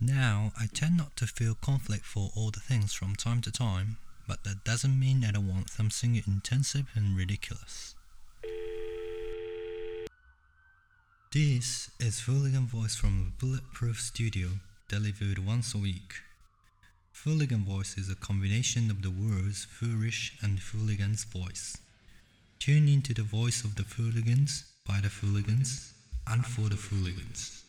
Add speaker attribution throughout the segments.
Speaker 1: Now, I tend not to feel conflict for all the things from time to time, but that doesn't mean that I want something intensive and ridiculous. This is Fooligan Voice from the Bulletproof Studio, delivered once a week. Fooligan Voice is a combination of the words foolish and Fooligan's voice. Tune into the voice of the Fooligans, by the Fooligans, and for the Fooligans.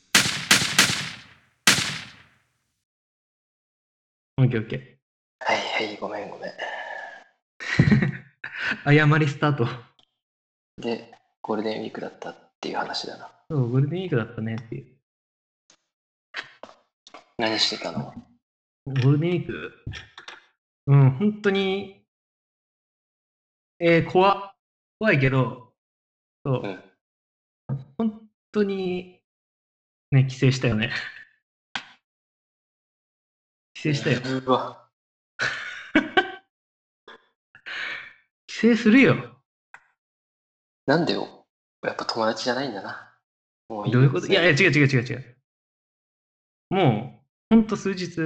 Speaker 2: オッケーオッケ
Speaker 3: はいはい、ごめんごめん。
Speaker 2: ー。謝りスタート。
Speaker 3: で、ゴールデンウィークだったっていう話だな。
Speaker 2: そう、ゴールデンウィークだったねっていう。
Speaker 3: 何してたの
Speaker 2: ゴールデンウィーク。うん、本当に、えー、怖っ怖いけど、そう、
Speaker 3: うん
Speaker 2: 本当に、ね、帰省したよね。帰省したよ。
Speaker 3: うわ、
Speaker 2: 帰省するよ。
Speaker 3: なんでよ。やっぱ友達じゃないんだな。も
Speaker 2: どういうこといやいや、違う違う違う違う。もう、ほんと数日、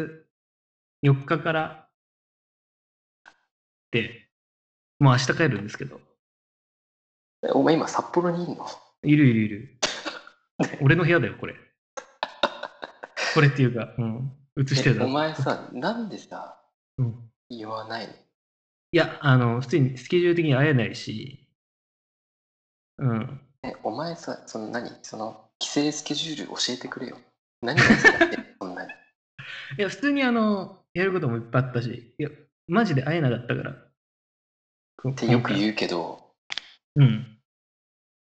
Speaker 2: 4日から、で、もう明日帰るんですけど、
Speaker 3: えお前今札幌にいんの
Speaker 2: いるいるい る。俺の部屋だよ、これ。これっていうか、うん、映して
Speaker 3: え
Speaker 2: た。
Speaker 3: お前さ、なんでさ、
Speaker 2: うん
Speaker 3: 言わないの
Speaker 2: いや、あの、普通にスケジュール的に会えないし、うん。
Speaker 3: え、お前さ、その何その、帰省スケジュール教えてくれよ。何がさって んのそんなに。
Speaker 2: いや、普通にあの、やることもいっぱいあったし、いや、マジで会えなかったから。っ
Speaker 3: ってよく
Speaker 2: う。
Speaker 3: 言うけど、
Speaker 2: うん。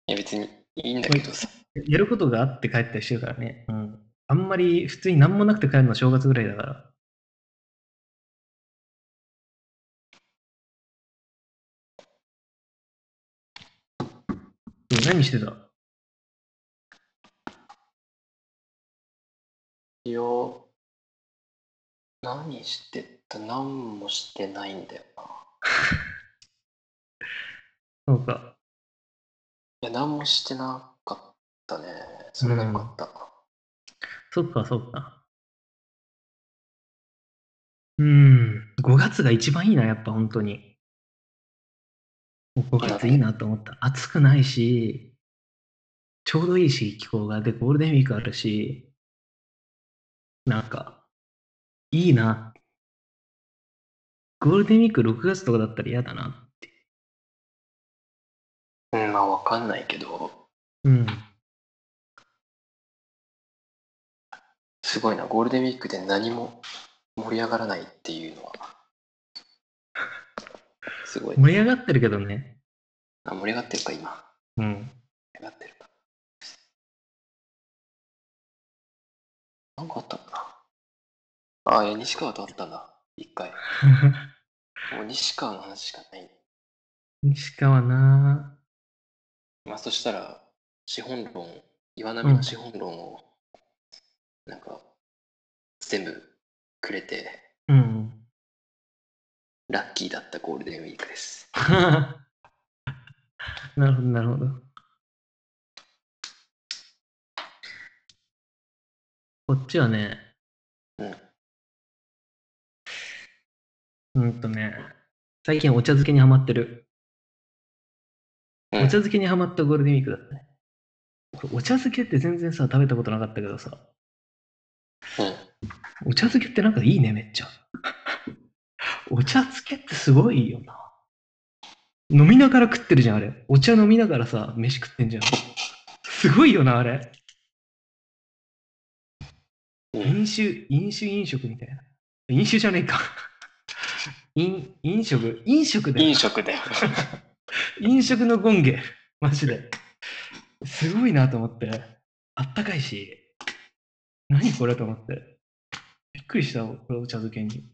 Speaker 3: いや別にいいんだけどさ。
Speaker 2: やることがあって帰ったりしてるからね。うん。あんまり普通に何もなくて帰るの正月ぐらいだから。そう何してた
Speaker 3: いや、何してった何もしてないんだよな。
Speaker 2: そうか。
Speaker 3: いや、何もしてなかったね。それがよかった。
Speaker 2: そうか、そうか。うん。5月が一番いいな、やっぱ本当に。5月いいなと思った。暑くないし、ちょうどいいし、気候が。で、ゴールデンウィークあるし、なんか、いいな。ゴールデンウィーク6月とかだったら嫌だな。
Speaker 3: うん、まあ、わかんないけど、
Speaker 2: うん。
Speaker 3: すごいな、ゴールデンウィークで何も盛り上がらないっていうのは、すごい。
Speaker 2: 盛り上がってるけどね。
Speaker 3: あ、盛り上がってるか、今。盛
Speaker 2: うん。
Speaker 3: り上がってるか。なんかあったかな。あ、いや、西川と会ったんだ。一回。もう西川の話しかない。
Speaker 2: 西川な
Speaker 3: まあ、そしたら、資本論、岩波の資本論を、なんか、全部くれて、
Speaker 2: うん。
Speaker 3: ラッキーだったゴールデンウィークです。
Speaker 2: なるほど、なるほど。こっちはね、
Speaker 3: うん。
Speaker 2: うんとね、最近お茶漬けにはまってる。お
Speaker 3: うん
Speaker 2: 茶漬けにはまったゴールデンウィークだったね。お茶漬けって全然さ、食べたことなかったけどさ、
Speaker 3: うん。
Speaker 2: お茶漬けってなんかいいね、めっちゃ。お茶漬けってすごいよな。飲みながら食ってるじゃん、あれ。お茶飲みながらさ、飯食ってんじゃん。すごいよな、あれ。飲酒、飲酒飲食みたいな。飲酒じゃねえか。 飲、飲食、飲食だよ
Speaker 3: 飲。食だよ。
Speaker 2: 飲食の権限。 マジで。すごいなと思って。あったかいし。何これと思って。びっくりした、これお茶漬けに。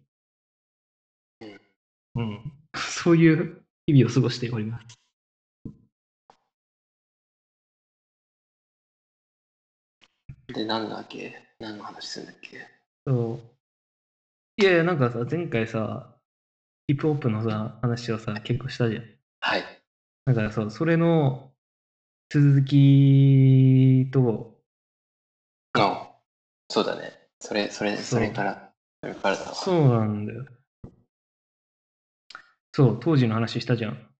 Speaker 2: うん。そういう日々を過ごしております。
Speaker 3: で、何だっけ何の話するんだっけ
Speaker 2: そう。いやいや、なんかさ、前回さ、ヒップホップのさ、話をさ、結構したじゃん。
Speaker 3: はい。
Speaker 2: だからさ、それの続きと、
Speaker 3: あそうだね。それ、それ、
Speaker 2: そう
Speaker 3: それから、それからだわ。
Speaker 2: そうなんだよ。そう、当時の話したじゃん。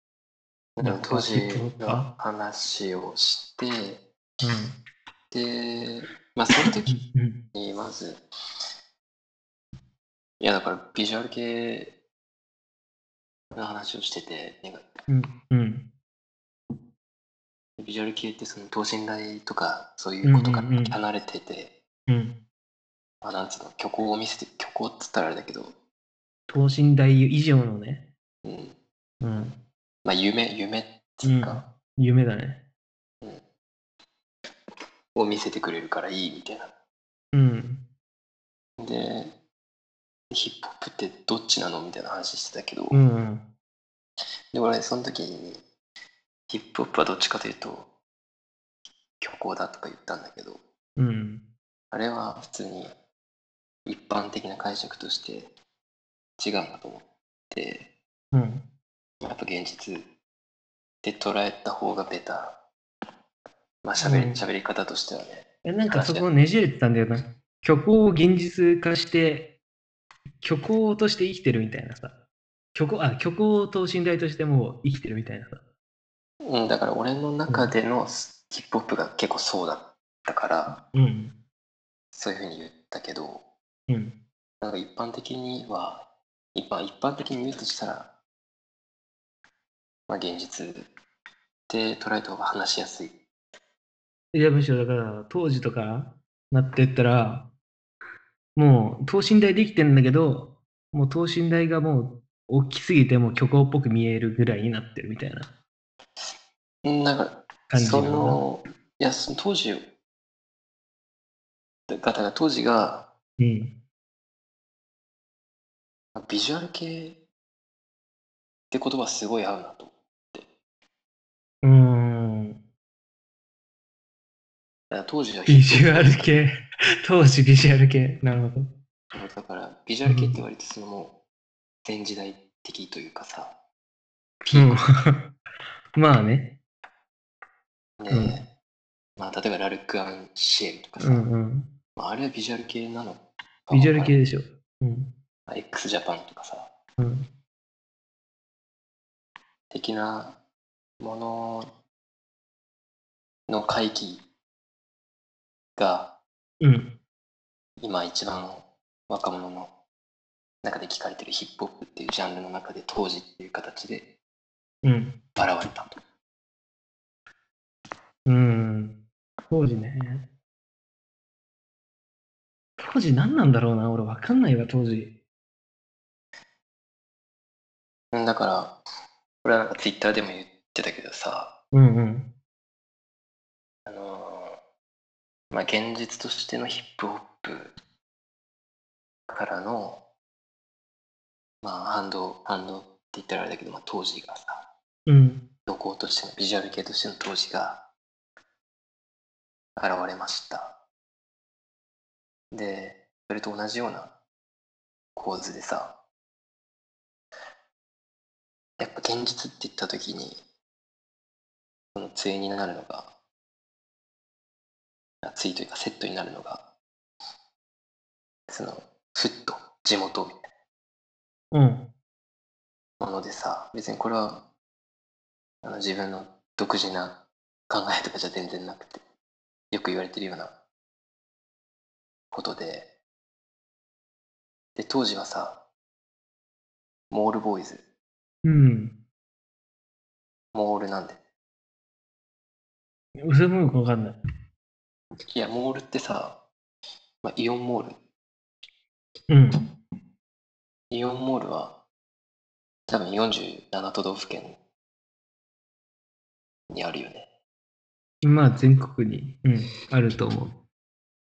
Speaker 3: でも当時
Speaker 2: ヒップホッ
Speaker 3: の話をして、
Speaker 2: プ
Speaker 3: で、まあその時
Speaker 2: うん。うん。
Speaker 3: にまず、いやだからビジュアル系の話をしてて、なんか
Speaker 2: うん。うん。
Speaker 3: ビジュアル系ってその等身大とかそういうことか
Speaker 2: うんうんうん
Speaker 3: ら離れてて、
Speaker 2: うん。
Speaker 3: まあなんつうの、虚構を見せて、虚構っつったらあれだけど、
Speaker 2: 等身大以上のね。
Speaker 3: うん、
Speaker 2: うん。
Speaker 3: まあ夢、夢っつ
Speaker 2: う
Speaker 3: うんか、、
Speaker 2: 夢だね。
Speaker 3: を見せてくれるからいいみたいな。
Speaker 2: うん。
Speaker 3: で、ヒップホップってどっちなのみたいな話してたけど、
Speaker 2: うんうん。
Speaker 3: で、俺、その時に、ヒップホップはどっちかというと、虚構だとか言ったんだけど、
Speaker 2: うん。
Speaker 3: あれは普通に一般的な解釈として違うんだと思って、
Speaker 2: うん。
Speaker 3: やっぱ現実で捉えた方がベター。まあ、喋
Speaker 2: うん
Speaker 3: り、喋り方としてはね。
Speaker 2: え、なんかそこねじれてたんだよな。虚構を現実化して、虚構として生きてるみたいなさ。虚構、あ、虚構を等身大としてもう生きてるみたいなさ。
Speaker 3: うん、だから俺の中でのヒップホップが結構そうだったから、
Speaker 2: うん。
Speaker 3: そういうふうに言ったけど、
Speaker 2: うん。
Speaker 3: なんか一般的には、一般一般的に言うとしたら、まあ、現実で捉えた方が話しやすい。
Speaker 2: いやむしろだから当時とかなってったらもう等身大できてんだけどもう等身大がもう大きすぎてもう虚構っぽく見えるぐらいになってるみたいな
Speaker 3: うんだ
Speaker 2: 感
Speaker 3: から、
Speaker 2: じな
Speaker 3: そ
Speaker 2: んだな
Speaker 3: の、いや、その当時、だだから当時が
Speaker 2: うん
Speaker 3: ビジュアル系って言葉すごい合うなと。
Speaker 2: うーん
Speaker 3: だから当時は
Speaker 2: ビジュアル系 当時ビジュアル系なるほど
Speaker 3: だから、ビジュアル系って割とそのもう、前時代的というかさ、
Speaker 2: うん まあねう
Speaker 3: ね
Speaker 2: ん
Speaker 3: まあ、例えばラルク・アンシエルとかさ、
Speaker 2: うんうん
Speaker 3: まあ、あれはビジュアル系なのか
Speaker 2: ビジュアル系でしょうん
Speaker 3: まあ x ジャパンとかさ
Speaker 2: うん
Speaker 3: 的なものの回帰が
Speaker 2: うん
Speaker 3: 今一番若者の中で聞かれてるヒップホップっていうジャンルの中で当時っていう形で
Speaker 2: うん
Speaker 3: 現れたと。
Speaker 2: うん。当時ね。当時何なんだろうな、俺わかんないわ、当時。
Speaker 3: うんだから俺はなんかツイッターでも言ってたけどさ
Speaker 2: うんうん。
Speaker 3: あのーまあ現実としてのヒップホップからのまあ反動反動って言ったらあれだけど、まあ、当時がさ
Speaker 2: うん。
Speaker 3: 旅行としてのビジュアル系としての当時が現れましたでそれと同じような構図でさやっぱ現実って言った時にその対になるのがあ対というかセットになるのがそのふっと地元みたい
Speaker 2: う
Speaker 3: な
Speaker 2: ん。
Speaker 3: ものでさ別にこれはあの自分の独自な考えとかじゃ全然なくてよく言われてるようなことでで当時はさモールボーイズ
Speaker 2: うん。
Speaker 3: モールなんで
Speaker 2: それもよくわかんない。
Speaker 3: いやモールってさ、まあ、イオンモール
Speaker 2: うん。
Speaker 3: イオンモールは多分47都道府県にあるよね
Speaker 2: まあ、全国に、うん、あると思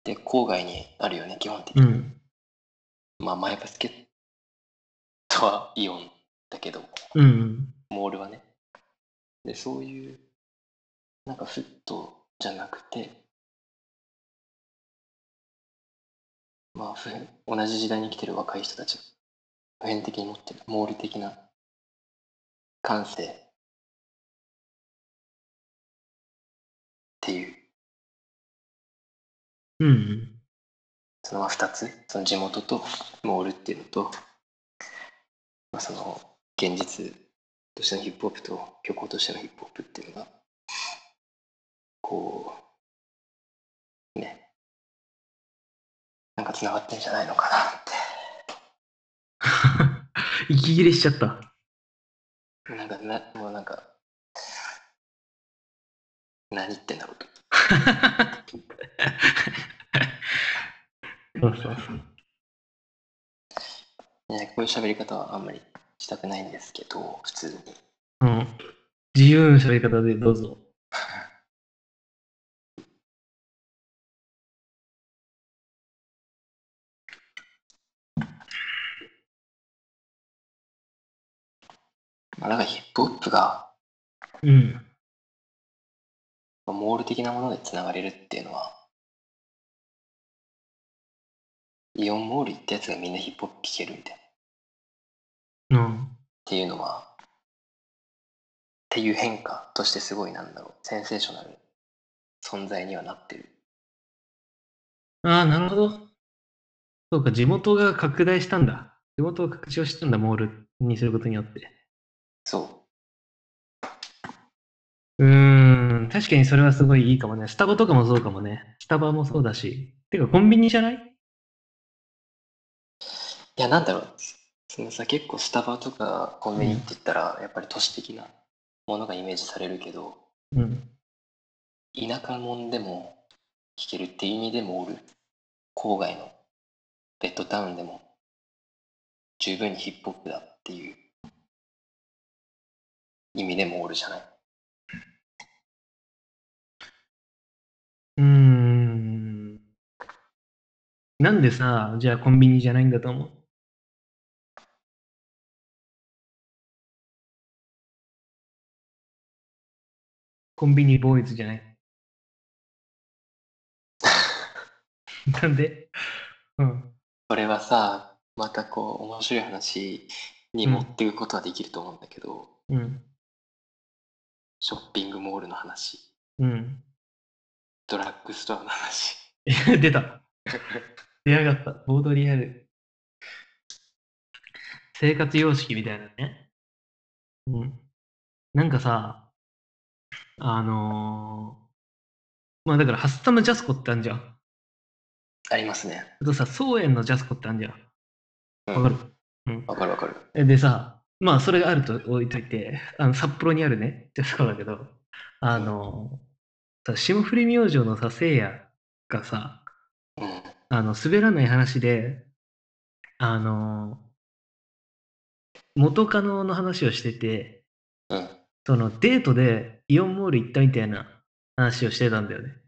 Speaker 3: で郊外にあるよね基本的
Speaker 2: う。
Speaker 3: に、
Speaker 2: うん。
Speaker 3: まあ、マイバスケットはイオンだけど、
Speaker 2: うん。
Speaker 3: モールはね。で、そういう、なんかフットじゃなくて、まあ、普遍、同じ時代に来てる若い人たちが、普遍的に持ってる、モール的な感性っていう、
Speaker 2: うん。
Speaker 3: そのまあ2つその地元とモールっていうのと、まあ、その現実としてのヒップホップと虚構としてのヒップホップっていうのがこうねなんかつながってんじゃないのかなって
Speaker 2: 息切れしちゃった。
Speaker 3: なんかな、もうなんか、何言ってんだろうと。
Speaker 2: そうそうそう。
Speaker 3: ね、こういう喋り方はあんまりしたくないんですけど、普通に。
Speaker 2: うん。自由な喋り方でどうぞ。
Speaker 3: まあ、なんかヒップホップが、
Speaker 2: うん。
Speaker 3: まあモール的なもので繋がれるっていうのは、イオンモール行ったやつがみんなヒップホップ聴けるみたいな。っ
Speaker 2: うん。
Speaker 3: ていうのは、っていう変化としてすごいなんだろう、センセーショナル存在にはなってる。
Speaker 2: ああ、なるほど。そうか、地元が拡大したんだ。地元を拡張したんだ、モールにすることによって。
Speaker 3: そう。
Speaker 2: ーん、確かにそれはすごいいいかもね。スタバとかもそうかもね。スタバもそうだし。てか、コンビニじゃないう
Speaker 3: いや、なんだろう。そのさ、結構スタバとかコンビニって言ったら、やっぱり都市的なものがイメージされるけど、
Speaker 2: うん。
Speaker 3: 田舎もんでも聞けるって意味でもおる郊外のベッドタウンでも十分にヒップホップだっていう意味でもおるじゃない
Speaker 2: ーん。なんでさ、じゃあコンビニじゃないんだと思うコンビニボーイズじゃないなんでうん。
Speaker 3: これはさまたこう面白い話に持っていくことはできると思うんだけど、
Speaker 2: うん。
Speaker 3: ショッピングモールの話
Speaker 2: うん。
Speaker 3: ドラッグストアの話
Speaker 2: 出た。出やがった。ボードリアル。生活様式みたいなね。うん。なんかさ、あのーまあだから、ハッサムジャスコってあるじゃん。
Speaker 3: ありますね
Speaker 2: あとさ、ソーエンのジャスコってあるじゃん。わかる、うん
Speaker 3: わかるわかる
Speaker 2: えでさ、まあそれがあると置いといて、あの札幌にあるね、ってそうだけど、あの、さ霜降り明星のさ、せいやがさ、
Speaker 3: うん
Speaker 2: あの、滑らない話で、あの、元カノの話をしてて、
Speaker 3: うん
Speaker 2: そのデートでイオンモール行ったみたいな話をしてたんだよね。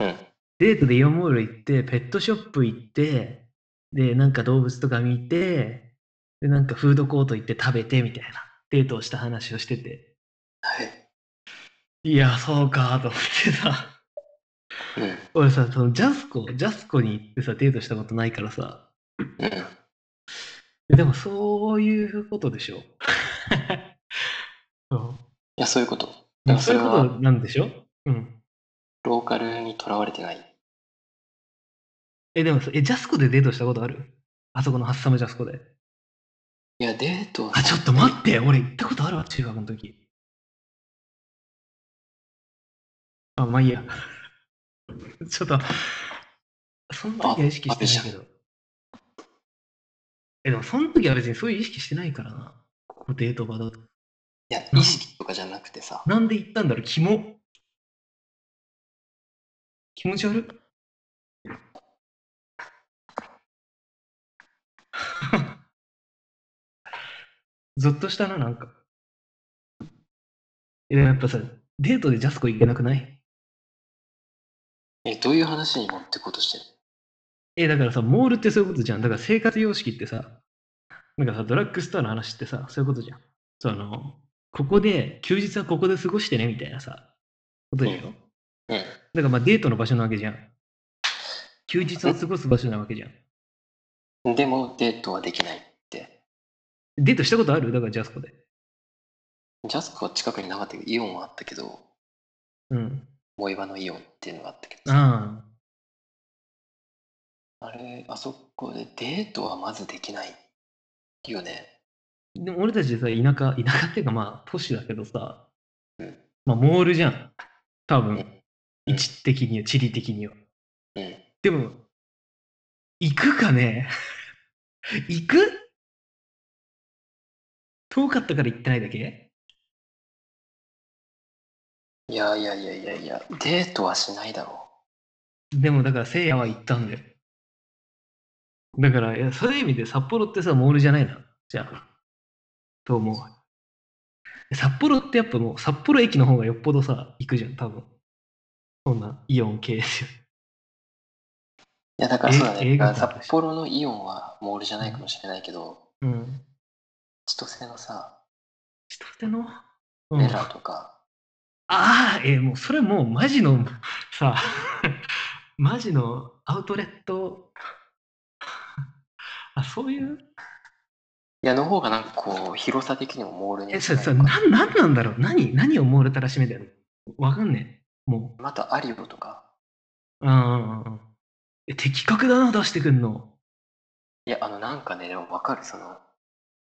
Speaker 3: うん
Speaker 2: デートでイオンモール行って、ペットショップ行って、で、なんか動物とか見て、で、なんかフードコート行って食べてみたいなデートをした話をしてて、
Speaker 3: はい
Speaker 2: いや、そうかと思ってさ、
Speaker 3: うん
Speaker 2: 俺さ、そのジャスコ、ジャスコに行ってさ、デートしたことないからさ、
Speaker 3: うん
Speaker 2: でもそういうことでしょ。 そ
Speaker 3: いやそういうこと
Speaker 2: う
Speaker 3: だから
Speaker 2: そ
Speaker 3: そう
Speaker 2: い
Speaker 3: れ
Speaker 2: うこ
Speaker 3: は
Speaker 2: となんでしょうん。
Speaker 3: ローカルにとらわれてない
Speaker 2: え、でもさ、え、ジャスコでデートしたことあるあそこのハッサムジャスコで。
Speaker 3: いやデートは
Speaker 2: あ、ちょっと待って、俺行ったことあるわ、中学の時。あ、まあいいや。 ちょっと、その時は意識してないけど。え、でもその時は別にそういう意識してないからな。こうデート場だと。
Speaker 3: いや、意識とかじゃなくてさ、
Speaker 2: なんで行ったんだろう、キモ。気持ち悪い。 ゾッとしたな、なんか。えでもやっぱさ、デートでジャスコ行けなくない
Speaker 3: え、どういう話に持ってこうとしてる
Speaker 2: え、だからさ、モールってそういうことじゃん。だから生活様式ってさ、なんかさ、ドラッグストアの話ってさ、そういうことじゃん。その、ここで、休日はここで過ごしてね、みたいなさ、ことでしょ、
Speaker 3: うんうん。
Speaker 2: だからまあデートの場所なわけじゃん。休日を過ごす場所なわけじゃん。
Speaker 3: でも、デートはできないって。
Speaker 2: デートしたことあるだからジャスコで。
Speaker 3: ジャスコは近くになかったけど、イオンはあったけど、
Speaker 2: うん。
Speaker 3: 萌え場のイオンっていうのがあったけど、
Speaker 2: ああ。
Speaker 3: あれ、あそこでデートはまずできないよね。
Speaker 2: でも俺たちさ、田舎、田舎っていうかまあ、都市だけどさ
Speaker 3: うん、
Speaker 2: まあ、モールじゃん。多
Speaker 3: う
Speaker 2: 分
Speaker 3: ん、
Speaker 2: 位置的には、地理的には。
Speaker 3: うん。
Speaker 2: でも、行くかね 行く遠かったから行ってないだけ
Speaker 3: いやいやいやいやいや、デートはしないだろ
Speaker 2: でもだから聖夜は行ったんだよ。だから、いやそういう意味で札幌ってさ、モールじゃないな。じゃあ。と思う。札幌ってやっぱもう札幌駅の方がよっぽどさ、行くじゃん、多分。そんなイオン系ですよ。
Speaker 3: う。いや、だからそうだ
Speaker 2: え映
Speaker 3: ね。
Speaker 2: 画
Speaker 3: あ
Speaker 2: 館だし
Speaker 3: 札幌のイオンはモールじゃないかもしれないけど、
Speaker 2: うん。
Speaker 3: 千歳のさ、
Speaker 2: ちょっと待っての。うん
Speaker 3: メラとか、
Speaker 2: ああ、えーもうそれもうマジの さ、マジのアウトレット。あ、そういう
Speaker 3: いや、の方がなんかこう、広さ的にもモールに
Speaker 2: え、そ
Speaker 3: 近
Speaker 2: れ
Speaker 3: い
Speaker 2: さ、なん、なんなんだろう何、何をモールたらしめてるのわかんねえ。も
Speaker 3: またアリオとか、
Speaker 2: う。うんうんうんうん。え、的確だな、出してくんの。
Speaker 3: いや、あの、なんかね、でもわかる、その、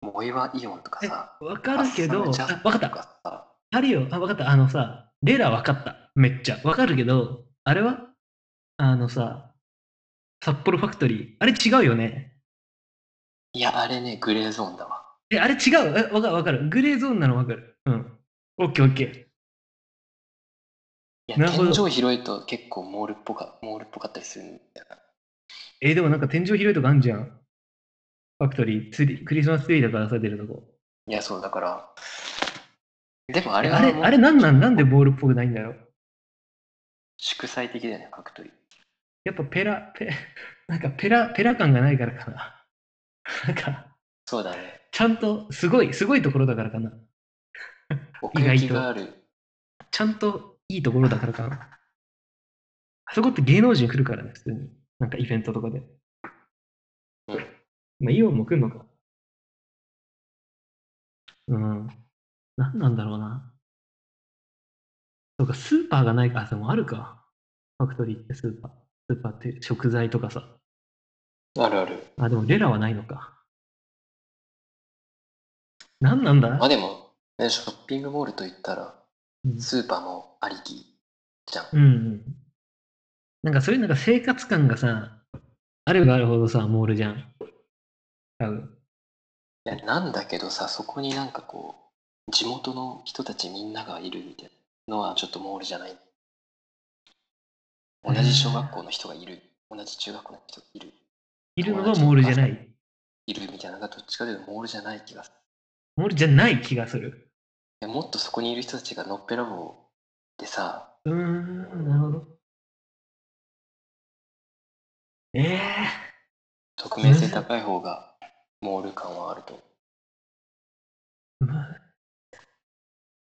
Speaker 3: 藻岩イオンとか
Speaker 2: え、
Speaker 3: さ、
Speaker 2: わかるけど、
Speaker 3: アッサムジャ
Speaker 2: あわ
Speaker 3: ン、
Speaker 2: かっ
Speaker 3: と
Speaker 2: た。
Speaker 3: かさ、
Speaker 2: あるよ。あ、わかった。あのさ、レラわかった。めっちゃ。わかるけど、あれはあのさ、札幌ファクトリー。あれ違うよね。
Speaker 3: いや、あれね、グレーゾーンだわ。
Speaker 2: え、あれ違うえ、わかるわかる。グレーゾーンなのわかる。うん。オッケーオッケー。
Speaker 3: いや、
Speaker 2: なるほ
Speaker 3: 天
Speaker 2: ど
Speaker 3: 井広いと結構モールっぽか、モールっぽかったりするんだよな。
Speaker 2: えーでもなんか天井広いとこあんじゃん。ファクトリー、ツリークリスマスツリーだからさ、出るとこ。
Speaker 3: いや、そう、だから、でもあ
Speaker 2: あれ、
Speaker 3: れは
Speaker 2: あれ、
Speaker 3: もう
Speaker 2: あれなんなんなんでボールっぽくないんだろう。
Speaker 3: 祝祭的だよね、格闘技。
Speaker 2: やっぱペラ、ペ、 なんかペラ、ペラ感がないからかな。 なんか、
Speaker 3: そうだね。
Speaker 2: ちゃんと、すごい、すごいところだからかな。
Speaker 3: 奥行きがある。
Speaker 2: ちゃんといいところだからかな。あそこって芸能人来るからね、普通に。なんかイベントとかで。
Speaker 3: うん
Speaker 2: まあ、イオンも来んのか。うん。なんなんだろうな。そうか、スーパーがないか、あでもあるか。ファクトリーってスーパー。スーパーって食材とかさ。
Speaker 3: あるある。
Speaker 2: あ、でもレラはないのか。なんなんだ
Speaker 3: まあでも、ね、ショッピングモールといったら、
Speaker 2: うん
Speaker 3: スーパーもありきじゃん。
Speaker 2: うんうん。なんかそういうなんか生活感がさ、あればあるほどさ、モールじゃん。多分。
Speaker 3: いや、なんだけどさ、そこになんかこう、地元の人たちみんながいるみたいなのはちょっとモールじゃない。同じ小学校の人がいる。同じ中学校の人がいる。
Speaker 2: いるのがモールじゃない。
Speaker 3: いるみたいなのがどっちかというとモールじゃない気がする。
Speaker 2: モールじゃない気がする。
Speaker 3: いやもっとそこにいる人たちがのっぺらぼうでさ、
Speaker 2: うーん、なるほど。ええ
Speaker 3: 匿名性高い方がモール感はあると思う。
Speaker 2: ーま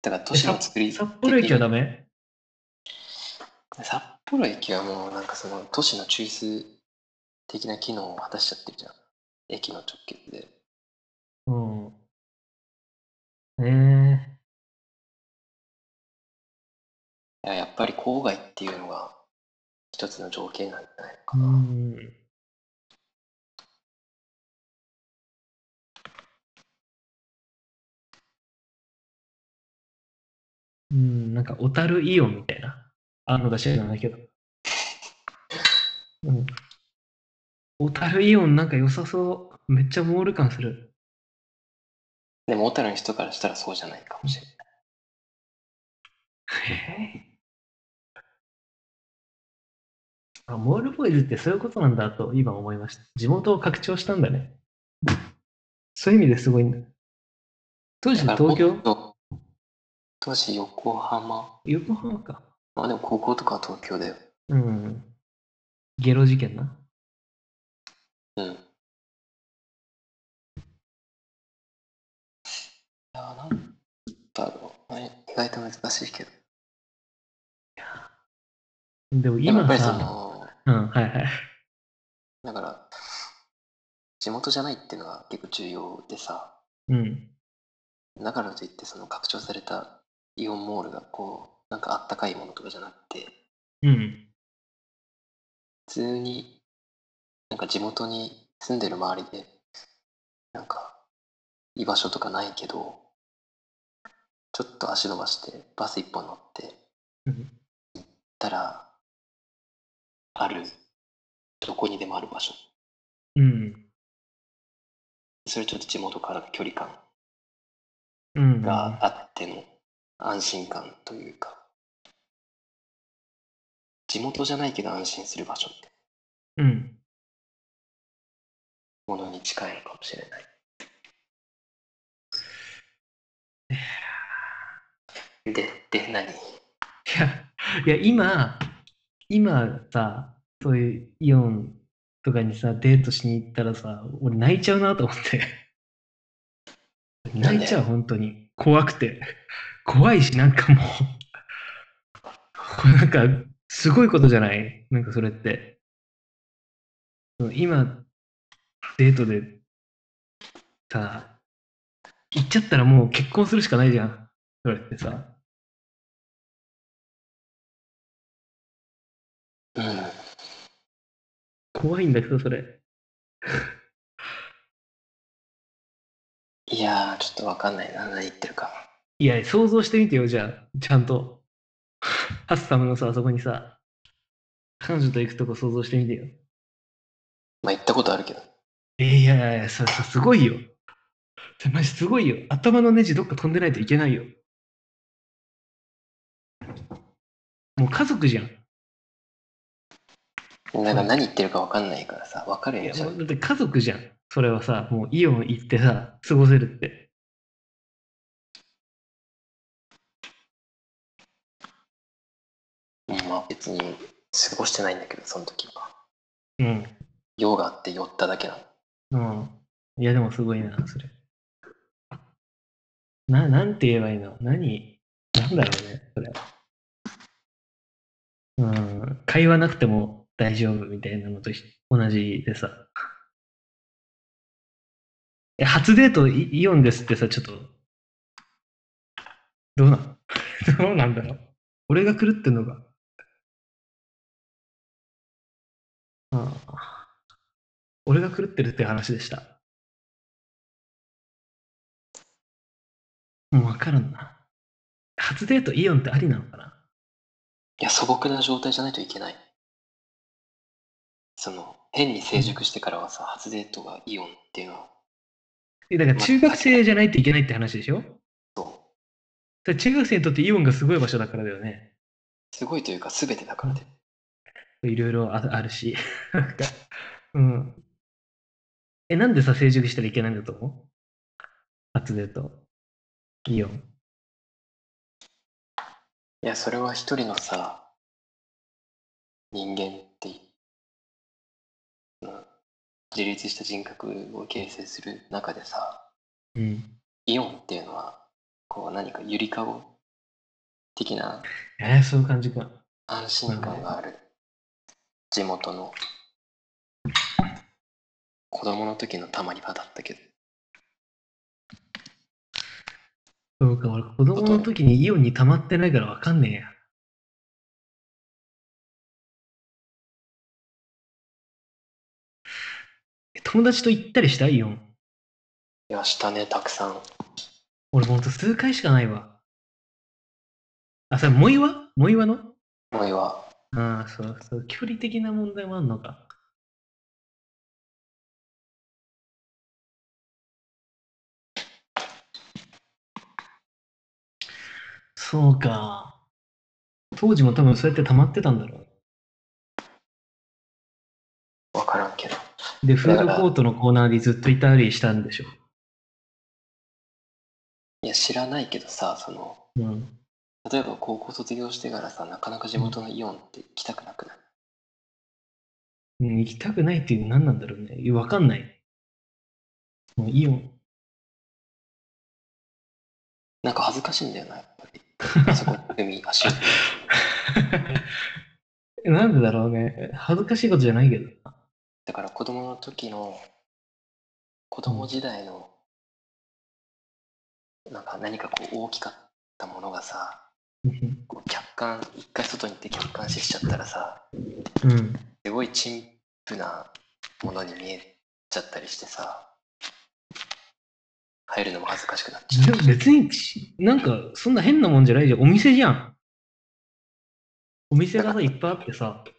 Speaker 3: だから都市の作り
Speaker 2: 札幌駅はダ
Speaker 3: メ
Speaker 2: メ
Speaker 3: 札幌駅はもうなんかその都市の中枢的な機能を果たしちゃってるじゃん駅の直結で
Speaker 2: うん。ええ
Speaker 3: いややっぱり郊外っていうのが一つの条件なんじゃないの
Speaker 2: ー。
Speaker 3: か
Speaker 2: う
Speaker 3: な、
Speaker 2: ん。うん、なんか、小樽イオンみたいな。あんのか知らないけど。うん。小樽イオンなんか良さそう。めっちゃモール感する。
Speaker 3: でも小樽の人からしたらそうじゃないかもしれない
Speaker 2: あ、モールボーイズってそういうことなんだと今思いました。地元を拡張したんだね。そういう意味ですごいんだ。当時
Speaker 3: だから
Speaker 2: 東京
Speaker 3: もっと当時横浜
Speaker 2: 横浜か。
Speaker 3: まあでも高校とかは東京だよ
Speaker 2: うん。ゲロ事件な。
Speaker 3: うんいやなんだろうね意外と難しいけど
Speaker 2: でも
Speaker 3: でもやっぱ
Speaker 2: 今
Speaker 3: りそ
Speaker 2: さ、
Speaker 3: の
Speaker 2: うん、はいはい。
Speaker 3: だから、地元じゃないっていうのが結構重要でさ、
Speaker 2: うん。
Speaker 3: だからといってその拡張されたイオンモールがこう、なんかあったかいものとかじゃなくて、
Speaker 2: うん。
Speaker 3: 普通になんか地元に住んでる周りで、なんか、居場所とかないけど、ちょっと足伸ばして、バス一本乗って、
Speaker 2: う
Speaker 3: 行
Speaker 2: ん
Speaker 3: ったら、ある、どこにでもある場所。
Speaker 2: うん。
Speaker 3: それちょっと地元からの距離感
Speaker 2: うん。
Speaker 3: があっての安心感というか、地元じゃないけど安心する場所って
Speaker 2: うん。
Speaker 3: ものに近いのかもしれない。で、で、何
Speaker 2: いや、いや、今、今さ、そういうイオンとかにさ、デートしに行ったらさ、俺泣いちゃうなと思って。
Speaker 3: なんで
Speaker 2: 泣いちゃう、本当に。怖くて。怖いし、なんかもう。これなんか、すごいことじゃないなんかそれって。その今、デートで、さ、行っちゃったらもう結婚するしかないじゃん。それってさ。
Speaker 3: うん。
Speaker 2: 怖いんだけど、それ。
Speaker 3: いやー、ちょっとわかんないな、何言ってるか。
Speaker 2: いや、想像してみてよ、じゃあ、ちゃんと。ハッサムのさ、あそこにさ、彼女と行くとこ想像してみてよ。
Speaker 3: まあ、言ったことあるけど、
Speaker 2: いやいやいや、それさ、すごいよ。それマジすごいよ。頭のネジどっか飛んでないといけないよ。もう家族じゃん。
Speaker 3: なんか何言ってるかわかんないからさ、わかる
Speaker 2: い
Speaker 3: や
Speaker 2: や、
Speaker 3: んじゃ
Speaker 2: もうだ
Speaker 3: ん。
Speaker 2: って家族じゃん。それはさ、もうイオン行ってさ、過ごせるって。
Speaker 3: うんまあ、別に過ごしてないんだけど、その時は。
Speaker 2: うん。
Speaker 3: 用があって寄っただけなの。
Speaker 2: うん。いや、でもすごいな、それ。な、なんて言えばいいの何、なんだろうね、それ。うん、会話なくても大丈夫みたいなのとひ同じでさ。え、初デートイイオンですってさ、ちょっと、どうな のどうなんだろう俺が狂ってんのか。うん俺が狂ってるっていう話でした。もう分からんな。初デートイオンってありなのかない
Speaker 3: や、素朴な状態じゃないといけない。その、変に成熟してからはさ、初デートがイオンっていうのは、
Speaker 2: えだから中学生じゃないといけないって話でしょ
Speaker 3: そ
Speaker 2: それ中学生にとってイオンがすごい場所だからだよね。
Speaker 3: う、すごいというか、すべてだからで。
Speaker 2: いろいろああるし。 なんかうん。え、なんでさ、成熟したらいけないんだと思う初デート。イオン。
Speaker 3: いや、それは一人のさ、人間っていう、うん自立した人格を形成する中でさ、
Speaker 2: うん。
Speaker 3: イオンっていうのは、こう何かゆりかご的な
Speaker 2: えーそういう感じか。
Speaker 3: 安心感がある地元の子供の時のたまり場だったけど、
Speaker 2: そうか、俺子供の時にイオンに溜まってないから分かんねえや。え友達と行ったりしたイオン。
Speaker 3: いや、したね、たくさん。
Speaker 2: 俺ほんと数回しかないわ。あ、それ、藻岩藻岩の
Speaker 3: 俺は、
Speaker 2: ああ、そうそう。距離的な問題もあんのか。そうか。当時も多分そうやって溜まってたんだろ
Speaker 3: わからんけど。
Speaker 2: う。で、フードコートのコーナーにずっといたりしたんでしょ。
Speaker 3: いや、知らないけどさ、その、
Speaker 2: うん。
Speaker 3: 例えば高校卒業してからさ、なかなか地元のイオンって行きたくなくない、
Speaker 2: うん行きたくないっていうの何なんだろうね。いやわかんない。もうイオン。
Speaker 3: なんか恥ずかしいんだよな、やっぱり。あそこに踏み、足を踏み。
Speaker 2: なんでだろうね。恥ずかしいことじゃないけどな。
Speaker 3: だから子供の時の、子供時代の、なんか何かこう大きかったものがさ、
Speaker 2: うん
Speaker 3: こう客観一回外に行って客観視しちゃったらさ
Speaker 2: うん。
Speaker 3: すごい陳腐なものに見えちゃったりしてさ、入るのも恥ずかしくなっちゃ
Speaker 2: でも別にち、なんか、そんな変なもんじゃないじゃん。お店じゃん。お店がさ、いっぱいあってさ。
Speaker 3: う。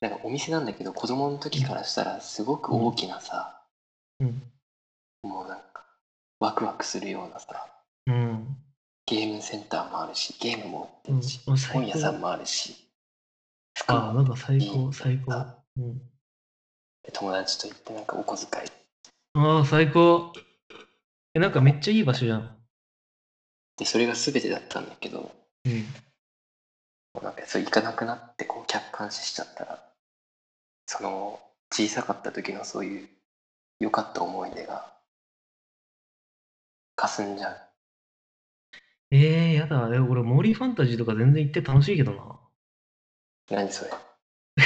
Speaker 3: なんかお店なんだけど、子供の時からしたらすごく大きなさ、
Speaker 2: うん。
Speaker 3: もうなんか、ワクワクするようなさ、
Speaker 2: うん。
Speaker 3: ゲームセンターもあるし、ゲームも売って
Speaker 2: うん
Speaker 3: るし、
Speaker 2: あ最高
Speaker 3: 本屋さんもあるし、服
Speaker 2: ああ、
Speaker 3: も
Speaker 2: なんか最高、最高。うん、
Speaker 3: 友達と行ってなんかお小遣い
Speaker 2: ああ、最高。え、なんかめっちゃいい場所じゃん。
Speaker 3: で、それが全てだったんだけど、
Speaker 2: うん。
Speaker 3: なんかそう行かなくなってこう客観視しちゃったらその小さかった時のそういう良かった思い出が霞んじゃう
Speaker 2: ええやだ。え、俺、モーリーファンタジーとか全然行って楽しいけどな。
Speaker 3: 何それ
Speaker 2: な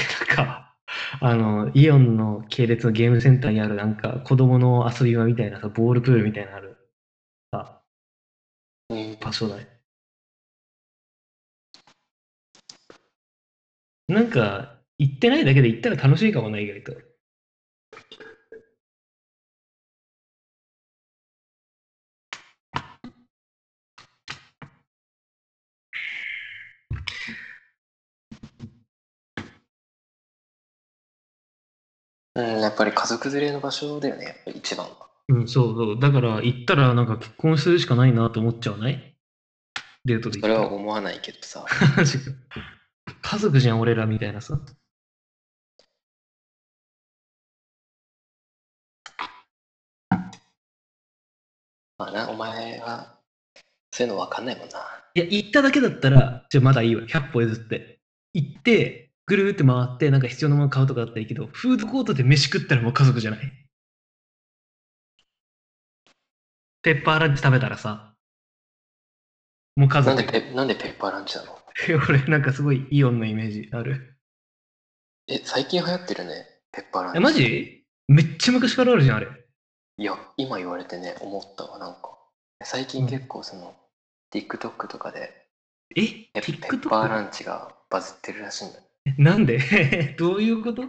Speaker 2: んか、あの、イオンの系列のゲームセンターにある、なんか、子供の遊び場みたいなさ、ボールプールみたいなのあるさ、
Speaker 3: うん
Speaker 2: 場所だね。なんか、行ってないだけで行ったら楽しいかもない、意外と。
Speaker 3: うんやっぱり家族連れの場所だよねやっぱり一番は
Speaker 2: うん、そうそう。だから、行ったら、なんか結婚するしかないなと思っちゃわないデートで行
Speaker 3: そ
Speaker 2: っ
Speaker 3: れ
Speaker 2: た
Speaker 3: は
Speaker 2: ら。
Speaker 3: 思わないけど さ
Speaker 2: マジか家族じゃん、俺らみたいなさ。
Speaker 3: まあなお前はそういうの分かんないもんない
Speaker 2: や、行っただけだったら、じゃあまだいいわ。100歩譲って。行って、ぐるーって回って、なんか必要なもの買うとかだったらいいけど、フードコートで飯食ったらもう家族じゃない。ペッパーランチ食べたらさ、もう家
Speaker 3: なん
Speaker 2: 族
Speaker 3: で。ペなんでペッパーランチなの
Speaker 2: 俺、なんかすごいイオンのイメージある。
Speaker 3: え最近流行ってるねペッパーランチ
Speaker 2: え、マジめっちゃ昔からあるじゃん、あれ。
Speaker 3: いや今言われてね思ったわなんか最近結構その、TikTok とかで
Speaker 2: え
Speaker 3: ペペッパー
Speaker 2: ?TikTok?
Speaker 3: ランチがバズってるらしいんだよ。
Speaker 2: なんで どういうこと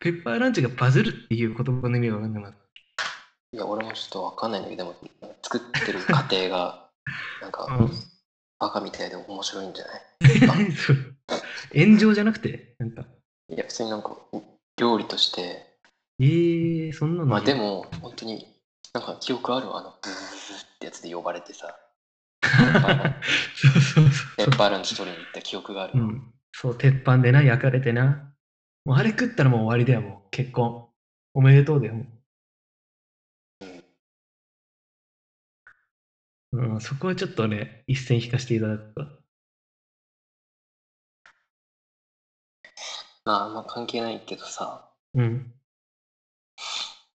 Speaker 2: ペッパーランチがバズるっていう言葉の意味がわかんなかった。
Speaker 3: いや、俺もちょっとわかんないんだけど、でも作ってる過程 が、なんか、
Speaker 2: うん
Speaker 3: バカみたいで面白いんじゃない
Speaker 2: 何それ 炎上じゃなくてなんか
Speaker 3: いや、普通になんか、料理として、
Speaker 2: えー、そんなの
Speaker 3: まあでも、本当に、なんか記憶あるわあの、ブーってやつで呼ばれ てさ、
Speaker 2: そうそうそ
Speaker 3: ペ
Speaker 2: う
Speaker 3: ッパーランチ取りに行った記憶がある
Speaker 2: う
Speaker 3: わ。
Speaker 2: んそう鉄板でな焼かれてなもうあれ食ったらもう終わりだよもう結婚おめでとうだよもう、うん、そこはちょっとね一線引かせていただくか
Speaker 3: まあ、あんま関係ないけどさ、
Speaker 2: うん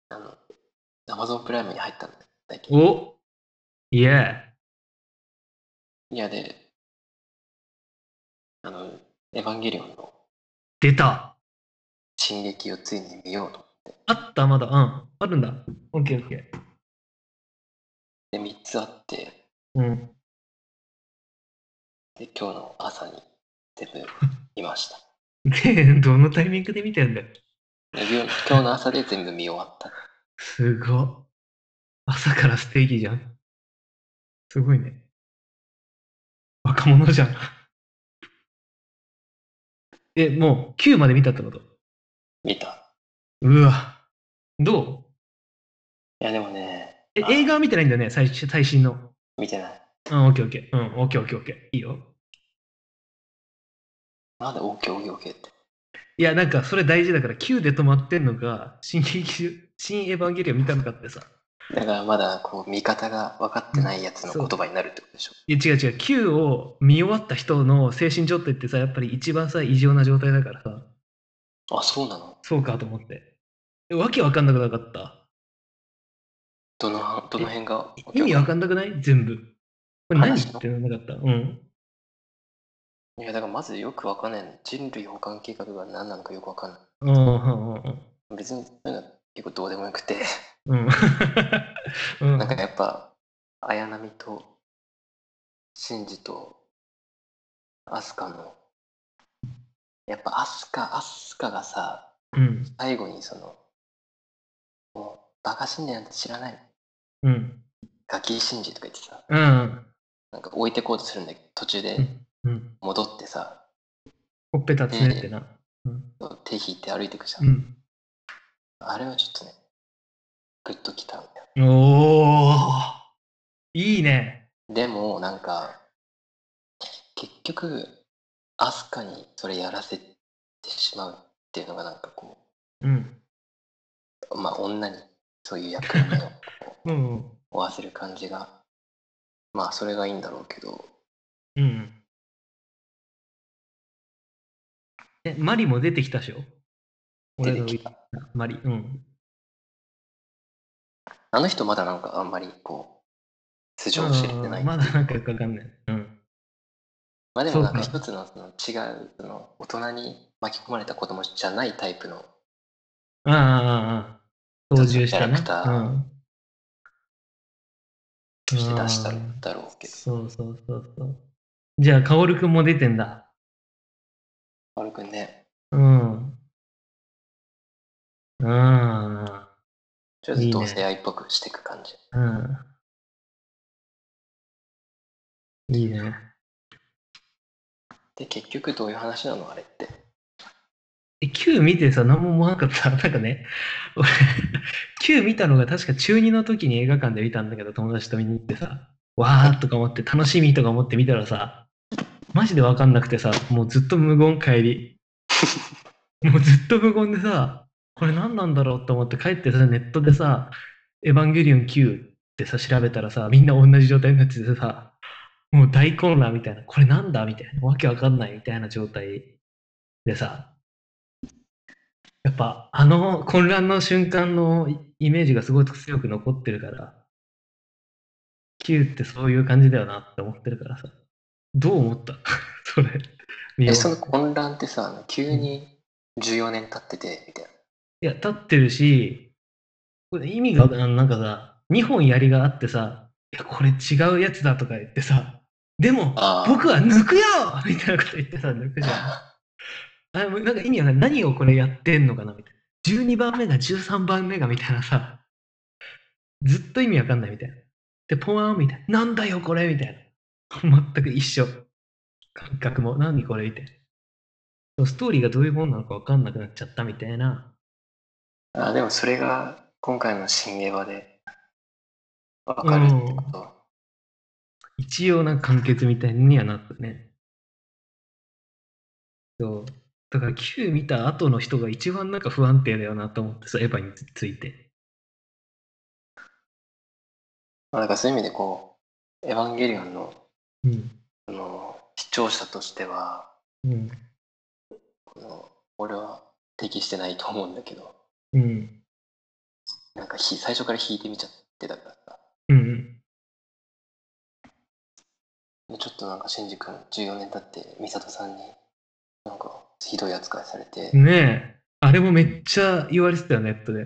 Speaker 3: あの、アマゾンプライムに入ったんだよ、最近。
Speaker 2: おいや
Speaker 3: いや、で、あの、エヴァンゲリオンの
Speaker 2: 出た
Speaker 3: 進撃をついに見ようと。
Speaker 2: あったまだうんあるんだオッケーオッケー
Speaker 3: で、3つあって、
Speaker 2: うん
Speaker 3: で、今日の朝に全 部見ました。
Speaker 2: でどのタイミングで見てんだよ
Speaker 3: で今日今日の朝で全部見終わった。
Speaker 2: すごっ。朝からステーキじゃん。すごいね。若者じゃん。 え、もう9まで見たってこと
Speaker 3: 見た。
Speaker 2: うわ。ど
Speaker 3: いや、でもね、
Speaker 2: うえ
Speaker 3: あ、
Speaker 2: 映画は見てないんだよね、最最新の。
Speaker 3: 見てない。
Speaker 2: うん、オッケーオッケー。うん、オッケーオッケーオッケー。いいよ。
Speaker 3: なんで OKOKOK って。
Speaker 2: いや、なんかそれ大事だから、9で止まってんのか、新劇、新エヴァンゲリオン見たのかってさ。
Speaker 3: だからまだこう見方が分かってないやつの言葉になるってことでしょ。
Speaker 2: いや違う違う、9を見終わった人の精神状態ってさ、やっぱり一番さ、異常な状態だからさ。
Speaker 3: あ、そうなの
Speaker 2: そうかと思って。えわけわかんなくなかった。
Speaker 3: どのはどの辺が
Speaker 2: 意味わか
Speaker 3: ん
Speaker 2: んなくない全部。これ何
Speaker 3: 話の
Speaker 2: ってならなかった。うん。
Speaker 3: いや、だからまずよく分かんないの。人類保管計画が何なのかよく分かんな
Speaker 2: うんうんうん
Speaker 3: い。別にそういうのは結構どうでもよくて、
Speaker 2: うん。うん。
Speaker 3: なんかやっぱ、綾波と、シンジと、アスカの、やっぱアスカ、アスカがさ、
Speaker 2: うん。
Speaker 3: 最後にその、もう、バカ信者なんて知らない。
Speaker 2: うん。
Speaker 3: ガキ信者とか言ってさ、
Speaker 2: うん。
Speaker 3: なんか置いてこうとするんだけど、途中で
Speaker 2: うん。
Speaker 3: 戻ってさ、
Speaker 2: ほっぺたつねってな。うん。
Speaker 3: 手引いて歩いてくじゃん。
Speaker 2: うん。
Speaker 3: あれはちょっとね、グッときたんだよ。
Speaker 2: おーいいね。
Speaker 3: でも、なんか、結局、アスカにそれやらせてしまうっていうのがなんかこ
Speaker 2: うん。
Speaker 3: う、まあ女にそういう役割を
Speaker 2: うん。
Speaker 3: 負わせる感じが、 まあそれがいいんだろうけど、
Speaker 2: うん。え、マリも出てきたでしょ
Speaker 3: 出
Speaker 2: 俺
Speaker 3: て
Speaker 2: の
Speaker 3: きた。
Speaker 2: マリ。うん。
Speaker 3: あの人まだなんかあんまりこう、素性を知れてない。
Speaker 2: うんまだなんかよくわかんない。うん。
Speaker 3: まあでもなんか
Speaker 2: そう
Speaker 3: 一つのその違う、その大人に巻き込まれた子供じゃないタイプの、
Speaker 2: ああああ、ああ。操縦したね。
Speaker 3: キャラクター
Speaker 2: うん。
Speaker 3: として出した
Speaker 2: うん
Speaker 3: だろうけど、
Speaker 2: そうそうそうそう。じゃあ、カオルくんも出てんだ。
Speaker 3: 丸くんね、
Speaker 2: うん。うん。
Speaker 3: ちょっとい
Speaker 2: ね
Speaker 3: 同性愛っぽくしていく感じ。
Speaker 2: うん。いいね。
Speaker 3: で、結局どういう話なのあれって。
Speaker 2: え、Q 見てさ、何も思わなかった。なんかね、 俺、Q 見たのが確か中2の時に映画館で見たんだけど、友達と見に行ってさ、わーとか思って、楽しみとか思って見たらさ、マジでわかんなくてさ、もうずっと無言帰り。もうずっと無言でさ、これ何なんだろうと思って帰ってさ、ネットでさ、エヴァンゲリオン Q ってさ、調べたらさ、みんな同じ状態になっててさ、もう大混乱みたいな、これなんだみたいな、わけわかんないみたいな状態でさ、やっぱあの混乱の瞬間のイメージがすごい強く残ってるから、Q ってそういう感じだよなって思ってるからさ、どう思った それ、見終わ
Speaker 3: え、
Speaker 2: って
Speaker 3: その混乱ってさ、あの急に14年経ってて、みたいな。
Speaker 2: いや、立ってるし、これ意味が、あのなんかさ、2本槍があってさ、いや、これ違うやつだとか言ってさ、でも、
Speaker 3: あー
Speaker 2: 僕は抜くよみたいなこと言ってさ、抜くじゃん。あれもうなんか意味わかんない。何をこれやってんのかなみたいな。12番目が13番目がみたいなさ、ずっと意味わかんないみたいな。で、ポワーンみたいな。なんだよこれみたいな。全く一緒。感覚も。何これみたいな。ストーリーがどういうもんなのかわかんなくなっちゃったみたいな。
Speaker 3: あでもそれが今回の新映画でわかるってこと、
Speaker 2: 一応なんか完結みたいにはなったね。そう。だから Q 見た後の人が一番なんか不安定だよなと思ってさ、エヴァについて。
Speaker 3: まあ、だからそういう意味でこう「エヴァンゲリオンの
Speaker 2: うん。」
Speaker 3: その視聴者としては
Speaker 2: うん。
Speaker 3: この俺は適してないと思うんだけど
Speaker 2: うん。
Speaker 3: なんかひ最初から弾いてみちゃってたからさ
Speaker 2: うん。
Speaker 3: でちょっとなんかシンジ君14年経って美里さんになんかひどい扱いされて、
Speaker 2: ねえ。あれもめっちゃ言われてたよ、ネットで。